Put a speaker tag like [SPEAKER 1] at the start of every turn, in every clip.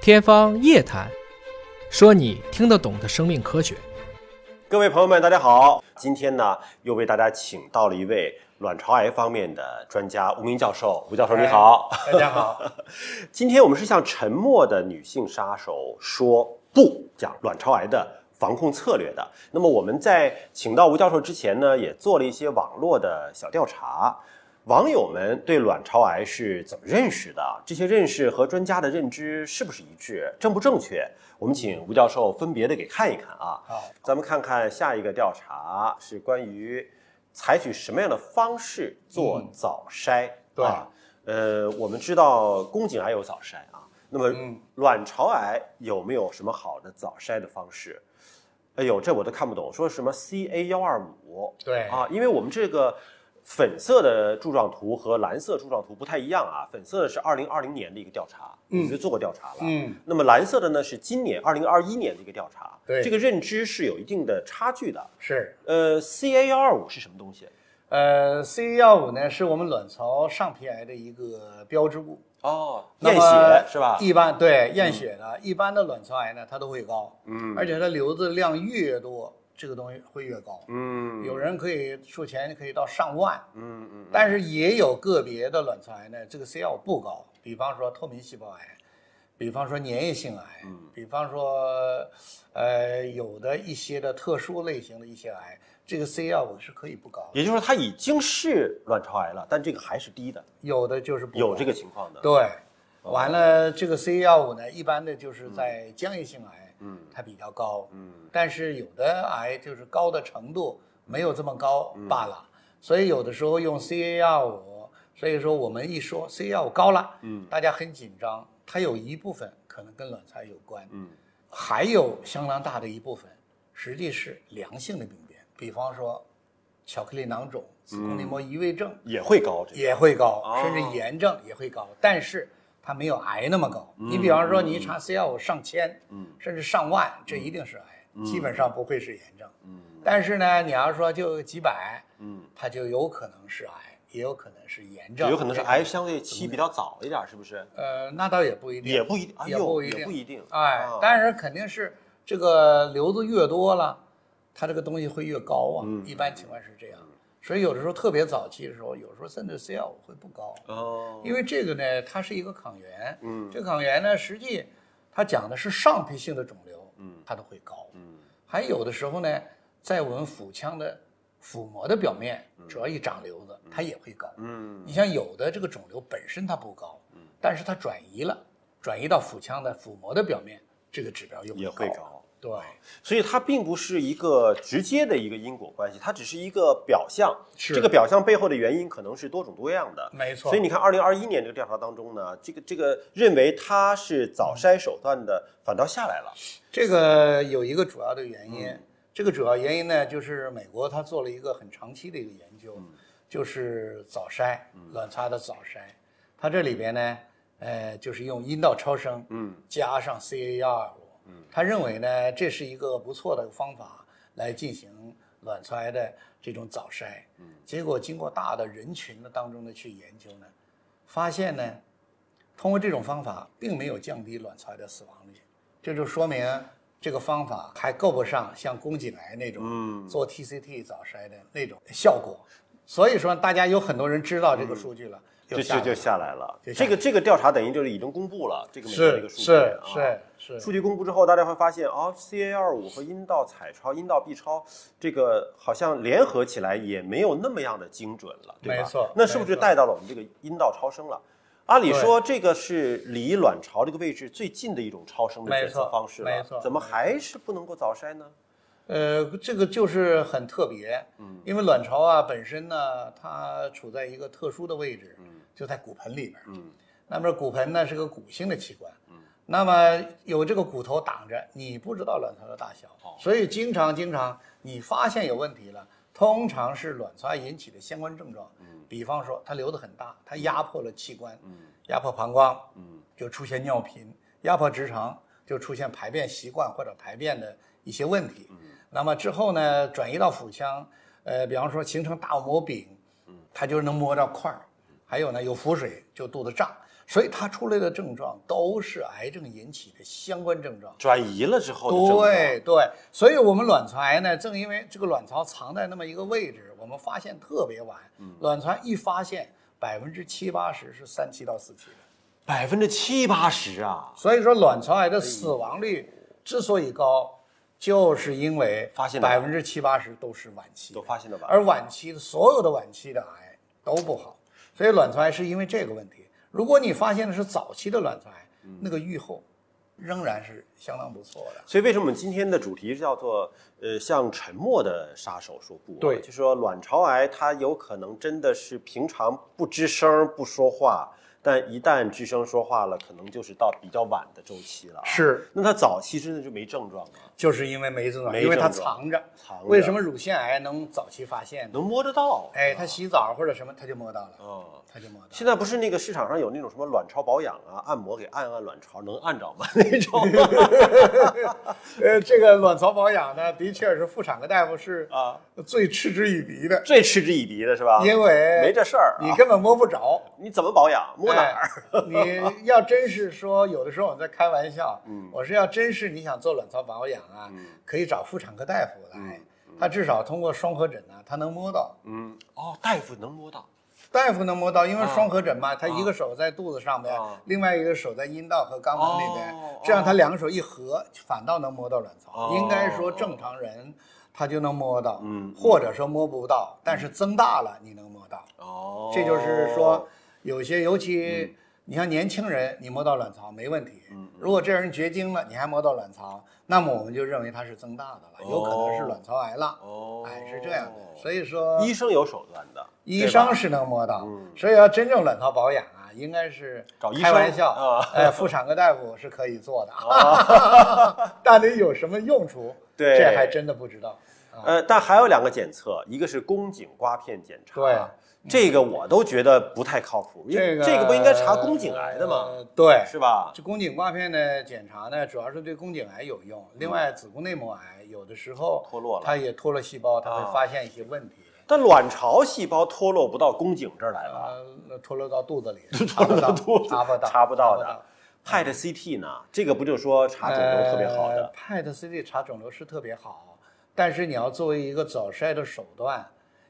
[SPEAKER 1] 天方夜谭，说你听得懂的生命科学。
[SPEAKER 2] 各位朋友们，大家好！今天呢，又为大家请到了一位卵巢癌方面的专家吴明教授。吴教授，你好！
[SPEAKER 3] 大家好，
[SPEAKER 2] 今天我们是向沉默的女性杀手说不，讲卵巢癌的防控策略的。那么我们在请到吴教授之前呢，也做了一些网络的小调查，网友们对卵巢癌是怎么认识的？这些认识和专家的认知是不是一致？正不正确？我们请吴教授分别的给看一看啊。
[SPEAKER 3] 好，
[SPEAKER 2] 咱们看看下一个调查是关于采取什么样的方式做早筛。
[SPEAKER 3] 嗯对
[SPEAKER 2] 啊，呃，我们知道宫颈癌有早筛啊，那么
[SPEAKER 3] 嗯
[SPEAKER 2] 卵巢癌有没有什么好的早筛的方式？哎呦，这我都看不懂，说什么 CA 幺二五
[SPEAKER 3] 对，
[SPEAKER 2] 啊？因为我们这个粉色的柱状图和蓝色柱状图不太一样啊，粉色的是二零二零年的一个调查，
[SPEAKER 3] 嗯
[SPEAKER 2] 你就做过调查了，啊
[SPEAKER 3] 嗯，
[SPEAKER 2] 那么蓝色的呢是今年二零二一年的一个调查，
[SPEAKER 3] 对
[SPEAKER 2] 这个认知是有一定的差距的。
[SPEAKER 3] 是，
[SPEAKER 2] 呃，CA 幺二五是什么东西？
[SPEAKER 3] 呃，C 幺五呢是我们卵巢上皮癌的一个标志物，
[SPEAKER 2] 哦，
[SPEAKER 3] 那
[SPEAKER 2] 验
[SPEAKER 3] 么
[SPEAKER 2] 血是吧？
[SPEAKER 3] 一般对验血呢，一般的卵巢癌呢它都会高，
[SPEAKER 2] 嗯
[SPEAKER 3] 而且它瘤子量越多，这个东西会越高，
[SPEAKER 2] 嗯
[SPEAKER 3] 有人可以术前可以到上万，
[SPEAKER 2] 嗯嗯
[SPEAKER 3] 但是也有个别的卵巢癌呢，这个 C 幺五不高，比方说透明细胞癌，比方说粘液性癌，
[SPEAKER 2] 嗯
[SPEAKER 3] 比方说呃有的一些的特殊类型的一些癌，这个 C 幺五是可以不高的，
[SPEAKER 2] 也就是说它已经是卵巢癌了，但这个还是低的，
[SPEAKER 3] 有的就是不高
[SPEAKER 2] 有这个情况的。哦
[SPEAKER 3] 对，完了这个 C 幺五呢，一般的就是在浆液性癌，
[SPEAKER 2] 嗯
[SPEAKER 3] 它比较高，
[SPEAKER 2] 嗯
[SPEAKER 3] 但是有的癌就是高的程度没有这么高
[SPEAKER 2] 嗯
[SPEAKER 3] 罢了，所以有的时候用 CA 幺五，所以说我们一说 CA 幺五高了，
[SPEAKER 2] 嗯
[SPEAKER 3] 大家很紧张，它有一部分可能跟卵巢癌有关，
[SPEAKER 2] 嗯
[SPEAKER 3] 还有相当大的一部分实际是良性的病变，比方说巧克力囊肿、子宫内
[SPEAKER 2] 嗯
[SPEAKER 3] 膜异位症、
[SPEAKER 2] 也会高这个。
[SPEAKER 3] 也会高，
[SPEAKER 2] 哦
[SPEAKER 3] 甚至炎症也会高，但是它没有癌那么高。你比方说，你一查 C 幺五上千，
[SPEAKER 2] 嗯
[SPEAKER 3] 甚至上万，这一定是癌，基本上不会是炎症。
[SPEAKER 2] 嗯
[SPEAKER 3] 但是呢，你要说就几百，
[SPEAKER 2] 嗯，
[SPEAKER 3] 它就有可能是癌，也有可能是炎症，
[SPEAKER 2] 有可能是癌。相对期比较早一点，是不是？
[SPEAKER 3] 呃，那倒也不一定，
[SPEAKER 2] 也不一定，哎
[SPEAKER 3] 也
[SPEAKER 2] 呦，
[SPEAKER 3] 不
[SPEAKER 2] 也
[SPEAKER 3] 一定
[SPEAKER 2] 不一定。
[SPEAKER 3] 哎
[SPEAKER 2] 啊，
[SPEAKER 3] 但是肯定是这个瘤子越多了，它这个东西会越高啊。
[SPEAKER 2] 嗯
[SPEAKER 3] 一般情况是这样，所以有的时候特别早期的时候，有时候甚至 C 幺五会不高。
[SPEAKER 2] 哦，
[SPEAKER 3] 因为这个呢，它是一个抗原，
[SPEAKER 2] 嗯
[SPEAKER 3] 这个抗原呢，实际它讲的是上皮性的肿瘤，
[SPEAKER 2] 嗯
[SPEAKER 3] 它都会高，
[SPEAKER 2] 嗯
[SPEAKER 3] 还有的时候呢，在我们腹腔的腹膜的表面，只要一长瘤子，它也会高。
[SPEAKER 2] 嗯
[SPEAKER 3] 你像有的这个肿瘤本身它不高，但是它转移了，转移到腹腔的腹膜的表面，这个指标又
[SPEAKER 2] 也会
[SPEAKER 3] 会高
[SPEAKER 2] 高。
[SPEAKER 3] 对，
[SPEAKER 2] 所以它并不是一个直接的一个因果关系，它只是一个表象。
[SPEAKER 3] 是嗯
[SPEAKER 2] 这个表象背后的原因可能是多种多样的。
[SPEAKER 3] 没错。
[SPEAKER 2] 所以你看，二零二一年这个调查当中呢，这个这个认为它是早筛手段的，反倒下来了。
[SPEAKER 3] 这个有一个主要的原因，这个主要原因呢，就是美国它做了一个很长期的一个研究，就是早筛，卵巢的早筛，它这里边呢，呃，就是用阴道超声，
[SPEAKER 2] 嗯，
[SPEAKER 3] 加上 CA 幺二五，嗯，他认为呢，这是一个不错的方法来进行卵巢癌的这种早筛，嗯，结果经过大的人群的当中的去研究呢，发现呢，通过这种方法并没有降低卵巢癌的死亡率，这就说明这个方法还够不上像宫颈癌那种
[SPEAKER 2] 嗯
[SPEAKER 3] 做 TCT 早筛的那种效果。所以说，大家有很多人知道这个数据了，
[SPEAKER 2] 就
[SPEAKER 3] 又下
[SPEAKER 2] 就
[SPEAKER 3] 来
[SPEAKER 2] 就
[SPEAKER 3] 了
[SPEAKER 2] 下来了。
[SPEAKER 3] 就下
[SPEAKER 2] 这
[SPEAKER 3] 来
[SPEAKER 2] 个这个调查等于就是已经公布了这个美国的一个
[SPEAKER 3] 是
[SPEAKER 2] 数据
[SPEAKER 3] 是
[SPEAKER 2] 啊。
[SPEAKER 3] 是是
[SPEAKER 2] 数据公布之后，大家会发现啊，CA 二五和阴道彩超、阴道 B 超这个好像联合起来也没有那么样的精准了，对吧？
[SPEAKER 3] 没错
[SPEAKER 2] 那是不是
[SPEAKER 3] 没错
[SPEAKER 2] 带到了我们这个阴道超声了？按理说，这个是离卵巢这个位置最近的一种超声的
[SPEAKER 3] 没
[SPEAKER 2] 检测
[SPEAKER 3] 错
[SPEAKER 2] 方式了，
[SPEAKER 3] 没错
[SPEAKER 2] 怎么还是不能够早筛呢？
[SPEAKER 3] 呃，这个就是很特别，嗯，因为卵巢啊本身呢，它处在一个特殊的位置，嗯，就在骨盆里边，
[SPEAKER 2] 嗯，
[SPEAKER 3] 那么骨盆呢是个骨性的器官，嗯，那么有这个骨头挡着，你不知道卵巢的大小，
[SPEAKER 2] 哦
[SPEAKER 3] 所以经常经常你发现有问题了，通常是卵巢癌引起的相关症状，嗯，比方说它瘤子很大，它压迫了器官，嗯，压迫膀胱，
[SPEAKER 2] 嗯，
[SPEAKER 3] 就出现尿频，压迫直肠，就出现排便习惯或者排便的一些问
[SPEAKER 2] 嗯
[SPEAKER 3] 题。那么之后呢，
[SPEAKER 2] 嗯
[SPEAKER 3] 转移到腹腔，呃，比方说形成大膜饼，它就能摸到块儿。还有呢有腹水就肚子胀，所以他出来的症状都是癌症引起的相关症状。
[SPEAKER 2] 转移了之后的症状
[SPEAKER 3] 对对，所以我们卵巢癌呢，正因为这个卵巢藏在那么一个位置，我们发现特别晚。
[SPEAKER 2] 嗯
[SPEAKER 3] 卵巢一发现，百分之七八十是三期到四期的，
[SPEAKER 2] 百分之七八十啊，
[SPEAKER 3] 所以说卵巢癌的死亡率之所以高，就是因为
[SPEAKER 2] 发现的
[SPEAKER 3] 百
[SPEAKER 2] 晚
[SPEAKER 3] 分之七八十都是晚期
[SPEAKER 2] 都，发现的晚。
[SPEAKER 3] 而晚期的所有的晚期的癌都不好，所以卵巢癌是因为这个问题。如果你发现的是早期的卵巢癌，
[SPEAKER 2] 嗯
[SPEAKER 3] 那个预后仍然是相当不错的。
[SPEAKER 2] 所以为什么我们今天的主题叫做呃向沉默的杀手说不、啊？
[SPEAKER 3] 对
[SPEAKER 2] 就说卵巢癌它有可能真的是平常不吱声不说话，但一旦吱声说话了，可能就是到比较晚的周期了、啊。，
[SPEAKER 3] 是，
[SPEAKER 2] 那它早期真的就没症状吗？
[SPEAKER 3] 就是因为没症状，
[SPEAKER 2] 没
[SPEAKER 3] 因为它
[SPEAKER 2] 症状
[SPEAKER 3] 藏着。
[SPEAKER 2] 藏着
[SPEAKER 3] 为什么乳腺癌能早期发现呢？
[SPEAKER 2] 能摸得到？
[SPEAKER 3] 哎，他洗澡或者什么，他就摸到了，
[SPEAKER 2] 嗯。
[SPEAKER 3] 他就摸到
[SPEAKER 2] 现在不是那个市场上有那种什么卵巢保养啊，按摩给按按卵巢，能按着吗？ 那种
[SPEAKER 3] 了。呃，这个卵巢保养呢，的确是妇产科大夫是
[SPEAKER 2] 啊，
[SPEAKER 3] 最嗤之以鼻的，
[SPEAKER 2] 最嗤之以鼻的是吧？
[SPEAKER 3] 因为
[SPEAKER 2] 没这事儿、啊，
[SPEAKER 3] 你根本摸不着。
[SPEAKER 2] 你怎么保养？摸哪儿？
[SPEAKER 3] 哎 你要真是说，有的时候我们在开玩笑，
[SPEAKER 2] 嗯
[SPEAKER 3] 我是要真是你想做卵巢保养啊，可以找妇产科大夫来，他至少通过双合诊呢、他能摸到。
[SPEAKER 2] 嗯，哦，大夫能摸到。
[SPEAKER 3] 大夫能摸到，因为双合诊嘛，他一个手在肚子上边
[SPEAKER 2] 啊，
[SPEAKER 3] 另外一个手在阴道和肛门里边
[SPEAKER 2] 哦，
[SPEAKER 3] 这样他两个手一合，反倒能摸到卵
[SPEAKER 2] 哦
[SPEAKER 3] 巢。应该说正常人他就能摸到
[SPEAKER 2] 嗯嗯，
[SPEAKER 3] 或者说摸不到，但是增大了你能摸到。
[SPEAKER 2] 哦嗯
[SPEAKER 3] 这就是说，有些尤其你像年轻人，你摸到卵巢没问题。如果这人绝经了，你还摸到卵巢，那么我们就认为他是增大的了，有可能是卵巢癌了。
[SPEAKER 2] 哦，
[SPEAKER 3] 哎，是这样的，所以说
[SPEAKER 2] 医生有手段的，
[SPEAKER 3] 医
[SPEAKER 2] 对吧
[SPEAKER 3] 生是能摸到
[SPEAKER 2] 嗯，
[SPEAKER 3] 所以要真正卵巢保养啊，应该是
[SPEAKER 2] 找医生
[SPEAKER 3] 开玩笑
[SPEAKER 2] 啊，
[SPEAKER 3] 哎，妇产科大夫是可以做的， 到底有什么用处？
[SPEAKER 2] 啊对
[SPEAKER 3] 这还真的不知道。
[SPEAKER 2] 呃，但还有两个检测，一个是宫颈刮片检查，
[SPEAKER 3] 对，
[SPEAKER 2] 这个我都觉得不太靠谱，因为
[SPEAKER 3] 个呃
[SPEAKER 2] 这
[SPEAKER 3] 这
[SPEAKER 2] 个不应该查宫颈癌的吗？
[SPEAKER 3] 对，
[SPEAKER 2] 是吧？
[SPEAKER 3] 这宫颈挂片的检查呢，主要是对宫颈癌有用。另外，子宫内膜癌有的时候
[SPEAKER 2] 嗯脱落了
[SPEAKER 3] 它也脱落细胞，它
[SPEAKER 2] 啊
[SPEAKER 3] 会发现一些问题，
[SPEAKER 2] 但卵巢细胞脱落不到宫颈这儿来吧？
[SPEAKER 3] 呃，脱落到肚 子里，呃查不到，查不到，
[SPEAKER 2] 查不到的。PET CT 呢？这个不就说查肿瘤特别好的？
[SPEAKER 3] 呃、PET CT 查肿瘤是特别好，但是你要作为一个早筛的手段，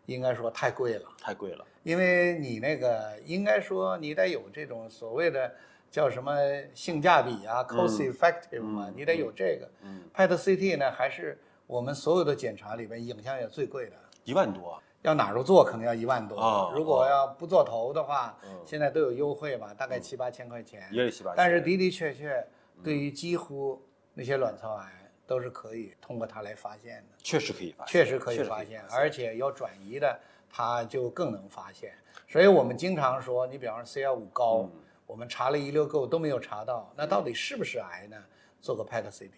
[SPEAKER 3] 应该说太贵了，
[SPEAKER 2] 太贵了，
[SPEAKER 3] 因为你那个应该说你得有这种所谓的叫什么性价比
[SPEAKER 2] 嗯
[SPEAKER 3] 啊、cost effective 嘛、你得有这个。PET CT 呢，还是我们所有的检查里边影像也最贵的。
[SPEAKER 2] 一万多。
[SPEAKER 3] 要哪儿都做，可能要一万多。
[SPEAKER 2] 哦嗯
[SPEAKER 3] 如果要不做头的话，现在都有优惠吧，大概七八千块钱。
[SPEAKER 2] 一个是七八千
[SPEAKER 3] 哎但是的的确确，对于几乎那些卵巢癌都是可以通过它来发现的，
[SPEAKER 2] 确实可以发现，
[SPEAKER 3] 确实可以发现，而且有转移的，它就更能发现。所以我们经常说，你比方说 C L 五高，我们查了一溜够都没有查到，那到底是不是癌呢？做个 PET CT。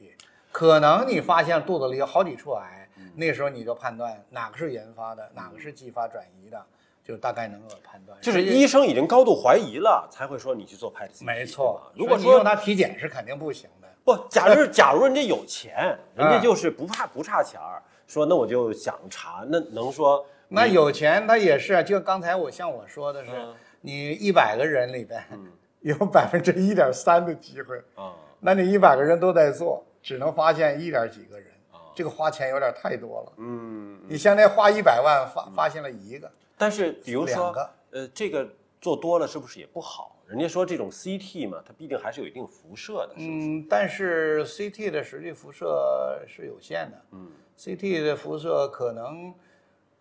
[SPEAKER 3] 可能你发现肚子里有好几处癌，那时候你就判断哪个是原发的，哪个是继发转移的，就大概能够判断。
[SPEAKER 2] 就是
[SPEAKER 3] 所以
[SPEAKER 2] 医生已经高度怀疑了，才会说你去做 PET CT。
[SPEAKER 3] 没错。
[SPEAKER 2] 如果
[SPEAKER 3] 所以你
[SPEAKER 2] 说
[SPEAKER 3] 用它体检是肯定不行的。
[SPEAKER 2] 不，假如 假如人家有钱，人家
[SPEAKER 3] 嗯
[SPEAKER 2] 就是不怕不差钱儿，说那我就想查，那能说
[SPEAKER 3] 那有钱他也是啊，就刚才我像我说的是，
[SPEAKER 2] 嗯
[SPEAKER 3] 你一百个人里边、 有百分之一点三的机会，
[SPEAKER 2] 啊、
[SPEAKER 3] 那你一百个人都在做，只能发现一点几个人，这个花钱有点太多了。
[SPEAKER 2] 哦嗯？
[SPEAKER 3] 你相当于花一百万发发现了一个，
[SPEAKER 2] 但是比如
[SPEAKER 3] 两
[SPEAKER 2] 说
[SPEAKER 3] 个，
[SPEAKER 2] 呃，这个做多了是不是也不好？人家说这种 CT 嘛，它毕竟还是有一定辐射的，是不是？
[SPEAKER 3] 嗯，但是 CT 的实际辐射是有限的，嗯，CT 的辐射可能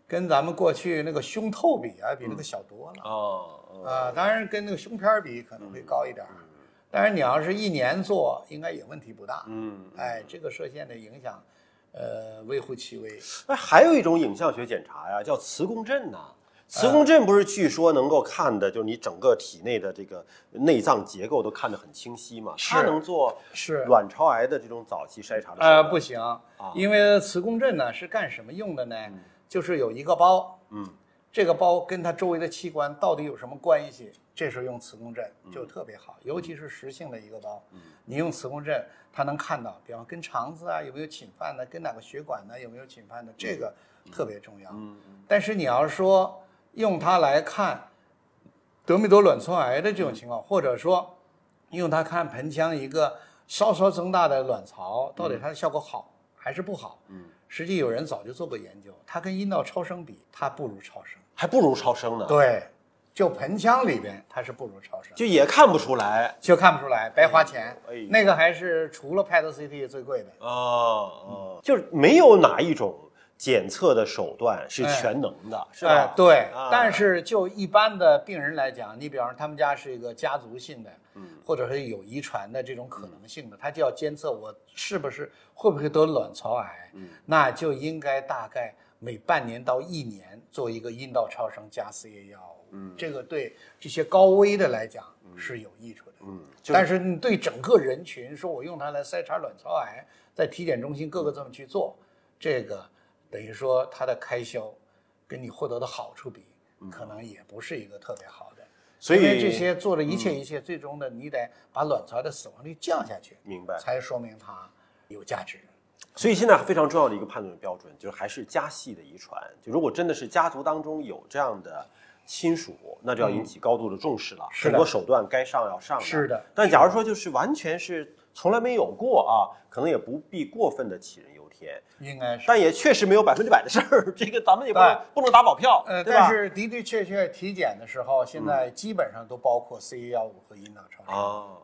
[SPEAKER 3] 跟咱们过去那个胸透比啊，比那个小多了。
[SPEAKER 2] 哦、哦
[SPEAKER 3] 啊，当然跟那个胸片儿比可能会高一点儿，但是你要是一年做，应该也问题不大。
[SPEAKER 2] 嗯，
[SPEAKER 3] 哎，这个射线的影响，呃，微乎其微。
[SPEAKER 2] 哎，还有一种影像学检查呀，叫磁共振呐、磁共振不是据说能够看的，就是你整个体内的这个内脏结构都看得很清晰嘛？它
[SPEAKER 3] 是
[SPEAKER 2] 能做
[SPEAKER 3] 是
[SPEAKER 2] 卵巢癌的这种早期筛查的手
[SPEAKER 3] 呃，
[SPEAKER 2] 段啊
[SPEAKER 3] 不行，因为磁共振呢是干什么用的呢？就是有一个包，
[SPEAKER 2] 嗯，
[SPEAKER 3] 这个包跟它周围的器官到底有什么关系？这时候用磁共振
[SPEAKER 2] 嗯
[SPEAKER 3] 就特别好，尤其是实性的一个包，你用磁共振，它能看到，比方跟肠子啊有没有侵犯的，跟哪个血管呢有没有侵犯
[SPEAKER 2] 嗯
[SPEAKER 3] 的，这个特别重要。但是你要说用它来看得没得卵巢癌的这种
[SPEAKER 2] 嗯
[SPEAKER 3] 情况，或者说用它看盆腔一个稍稍增大的卵巢，到底它的效果好还是不好？嗯，实际有人早就做过研究，它跟阴道超声比，它不如超声。
[SPEAKER 2] 还不如超声呢，
[SPEAKER 3] 对，就盆腔里边它是不如超声，
[SPEAKER 2] 就也看不出来。
[SPEAKER 3] 就看不出来，白花钱
[SPEAKER 2] 哎呦。
[SPEAKER 3] 那个还是除了 PET CT 最贵的。
[SPEAKER 2] 哦哦，就是没有哪一种检测的手段是
[SPEAKER 3] 哎
[SPEAKER 2] 全能的，是吧？
[SPEAKER 3] 哎，对
[SPEAKER 2] 啊，
[SPEAKER 3] 但是就一般的病人来讲，你比方说他们家是一个家族性的，
[SPEAKER 2] 嗯
[SPEAKER 3] 或者是有遗传的这种可能性的，他就要监测我是不是会不会得卵巢癌，
[SPEAKER 2] 嗯
[SPEAKER 3] 那就应该大概每半年到一年做一个阴道超声加 CA 药物，
[SPEAKER 2] 嗯
[SPEAKER 3] 这个对这些高危的来讲是有益处的。
[SPEAKER 2] 嗯，就
[SPEAKER 3] 但是你对整个人群说，我用它来筛查卵巢癌，在体检中心各个这么去做，这个等于说它的开销跟你获得的好处比，可能也不是一个特别好的。
[SPEAKER 2] 嗯所以嗯
[SPEAKER 3] 因为这些做的一切一切，最终的你得把卵巢的死亡率降下去，
[SPEAKER 2] 明白。
[SPEAKER 3] 才说明它有价值。
[SPEAKER 2] 所以现在非常重要的一个判断标准，就是还是家系的遗传。就如果真的是家族当中有这样的亲属，那就要引起高度的重视了。
[SPEAKER 3] 是的
[SPEAKER 2] 很多手段该上要上的。
[SPEAKER 3] 是的
[SPEAKER 2] 但假如说就是完全是从来没有过啊，可能也不必过分的杞人忧天。
[SPEAKER 3] 应该是，
[SPEAKER 2] 但也确实没有百分之百的事儿，这个咱们也不
[SPEAKER 3] 对
[SPEAKER 2] 能不能打保票，
[SPEAKER 3] 呃，
[SPEAKER 2] 对吧？嗯
[SPEAKER 3] 但是的的确确体检的时候，现在基本上都包括 CA 药物和阴道超
[SPEAKER 2] 啊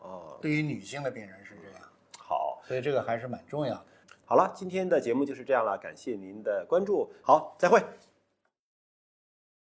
[SPEAKER 3] 声，
[SPEAKER 2] 啊，
[SPEAKER 3] 对于女性的病人是这样，
[SPEAKER 2] 好。
[SPEAKER 3] 所以这个还是蛮重要的。
[SPEAKER 2] 好了，今天的节目就是这样了，感谢您的关注，好，再会。